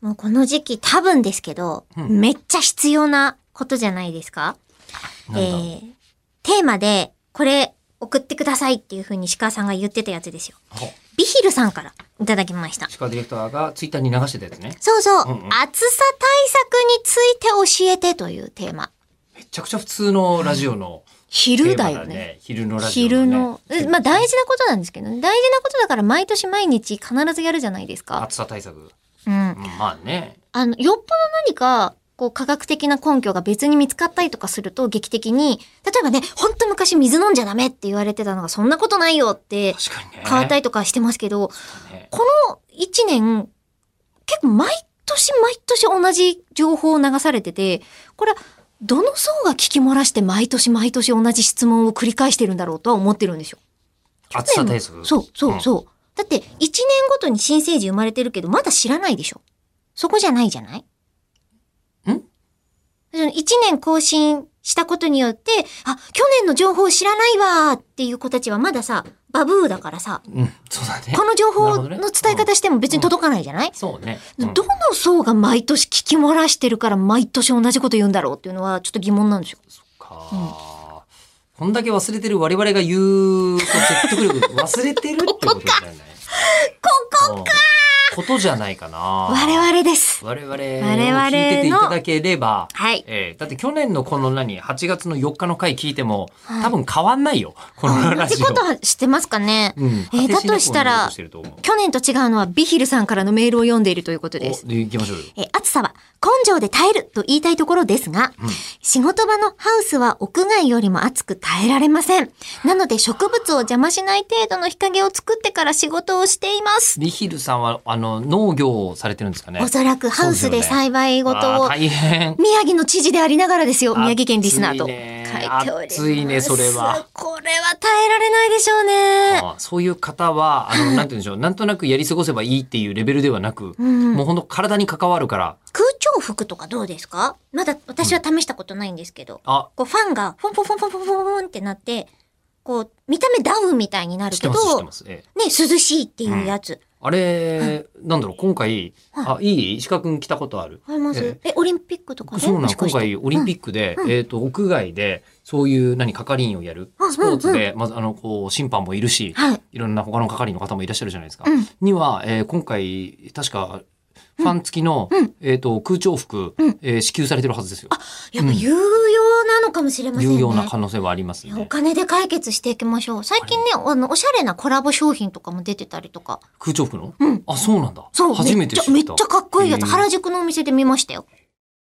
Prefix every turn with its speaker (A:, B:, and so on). A: もうこの時期多分ですけど、
B: うん
A: めっちゃ必要なことじゃないですか
B: なんだろう
A: えーテーマでこれ送ってくださいっていうふうに石川さんが言ってたやつですよ。
B: あ
A: ビヒルさんからいただきました。
B: 石川ディレクターがツイッターに流してたやつね。
A: そうそう、
B: うんうん
A: 暑さ対策について教えてというテーマ。
B: めちゃくちゃ普通のラジオのテー
A: 昼
B: マ
A: だ
B: だ、ね。
A: よね。
B: 昼のラジオ、ね。
A: 昼の、えまあ大事なことなんですけど、ね、大事なことだから毎年毎日必ずやるじゃないですか。
B: 暑さ対策。うん
A: うん。
B: まあね。
A: あの、よっぽど何か、こう科学的な根拠が別に見つかったりとかすると劇的に、例えばね、ほんと昔水飲んじゃダメって言われてたのがそんなことないよって
B: 確かにね。
A: 変わった
B: い、
A: りとかしてますけど、
B: ね。
A: この1年、結構毎年毎年同じ情報を流されてて、これはどの層が聞き漏らして毎年毎年同じ質問を繰り返してるんだろうとは思ってるんですよ。
B: 暑さ対策。
A: そう、そ
B: ん
A: う、そう。だって1年ごとに新生児生まれてるけど、まだ知らないでしょ。そこじゃないじゃない
B: ん
A: その1年更新したことによって、あ、去年の情報知らないわーっていう子たちはまださ、バブーだからさ、
B: うん、そうだね。
A: この情報
B: なる
A: の
B: ほどね
A: 伝え方しても別に届かないじゃない、
B: そうね。うん
A: どの層が毎年聞き漏らしてるから毎年同じこと言うんだろうっていうのはちょっと疑問なんですよ。
B: そっか、こんだけ忘れてる我々が言う説得力、忘れてるってことじゃない
A: ここ
B: こことじゃないかな。
A: 我々です。
B: 我々を
A: 々の
B: 聞いてていただければ、
A: はい。
B: えーだって去年のこの何、8月の4日の回聞いても、
A: はい
B: 多分変わんないよ。この
A: 同
B: ラジ
A: じ
B: オ。
A: ことはしてますかね、
B: うん
A: えーだとしたら
B: 果てしなく同じことしてると思う
A: 去年と違うのはビヒルさんからのメールを読んでいるということです。
B: おで行きましょうよ。
A: えー暑さは根性で耐えると言いたいところですが、仕事場のハウスは屋外よりも暑く耐えられません。なので植物を邪魔しない程度の日陰を作ってから仕事をしています。
B: リヒルさんは、あの、農業をされてるんですかね。
A: おそらくハウスで栽培事
B: あー
A: を
B: 大変。
A: 宮城の知事でありながらですよ、宮城県リスナーと。
B: 暑
A: 書
B: い
A: いておりま
B: ね
A: す。
B: 暑いねそれは。
A: これは耐えられないでしょうね。
B: あそういう方は、あの、なんて言うんでしょう、なんとなくやり過ごせばいいっていうレベルではなく、
A: うん
B: もうほんと体に関わるから、
A: 空調服とかどうですかまだ私は試したことないんですけど。
B: あ、
A: こうファンがフォンフォンフォンフォンフォンフォンってなって、こう、見た目ダウンみたいになる
B: 知っ
A: け
B: て
A: ど、
B: ます、知ってま
A: ね、
B: す。ええ、
A: 涼しいっていうやつ。
B: あれ、なんだろう、今回、あ、いい石川くん来たことある
A: あります、
B: え
A: え、オリンピックとかね
B: そうな
A: も
B: の
A: しか
B: 今
A: して
B: 回オリンピックで、えっ、と、屋外で、そういう何、係員をやる、
A: うん
B: スポーツで、まず、あの、こう、審判もいるし、
A: はい。
B: いろんな他の係員の方もいらっしゃるじゃないですか。
A: うん
B: には、えー今回、確か、ファン付きの、
A: うん
B: えっ、と、空調服、
A: うん
B: えー支給されてるはずですよ。
A: やっぱ有用なのかもしれませんね。
B: 有用な可能性はあります
A: いやお
B: ね。
A: 金で解決していきましょう。最近ね、あの、おしゃれなコラボ商品とかも出てたりとか。
B: 空調服の、
A: うん
B: あ、そうなんだ。
A: そう。
B: 初めて知った。
A: めっちゃめっちゃかっこいいやつ。
B: へー
A: 原宿のお店で見ましたよ。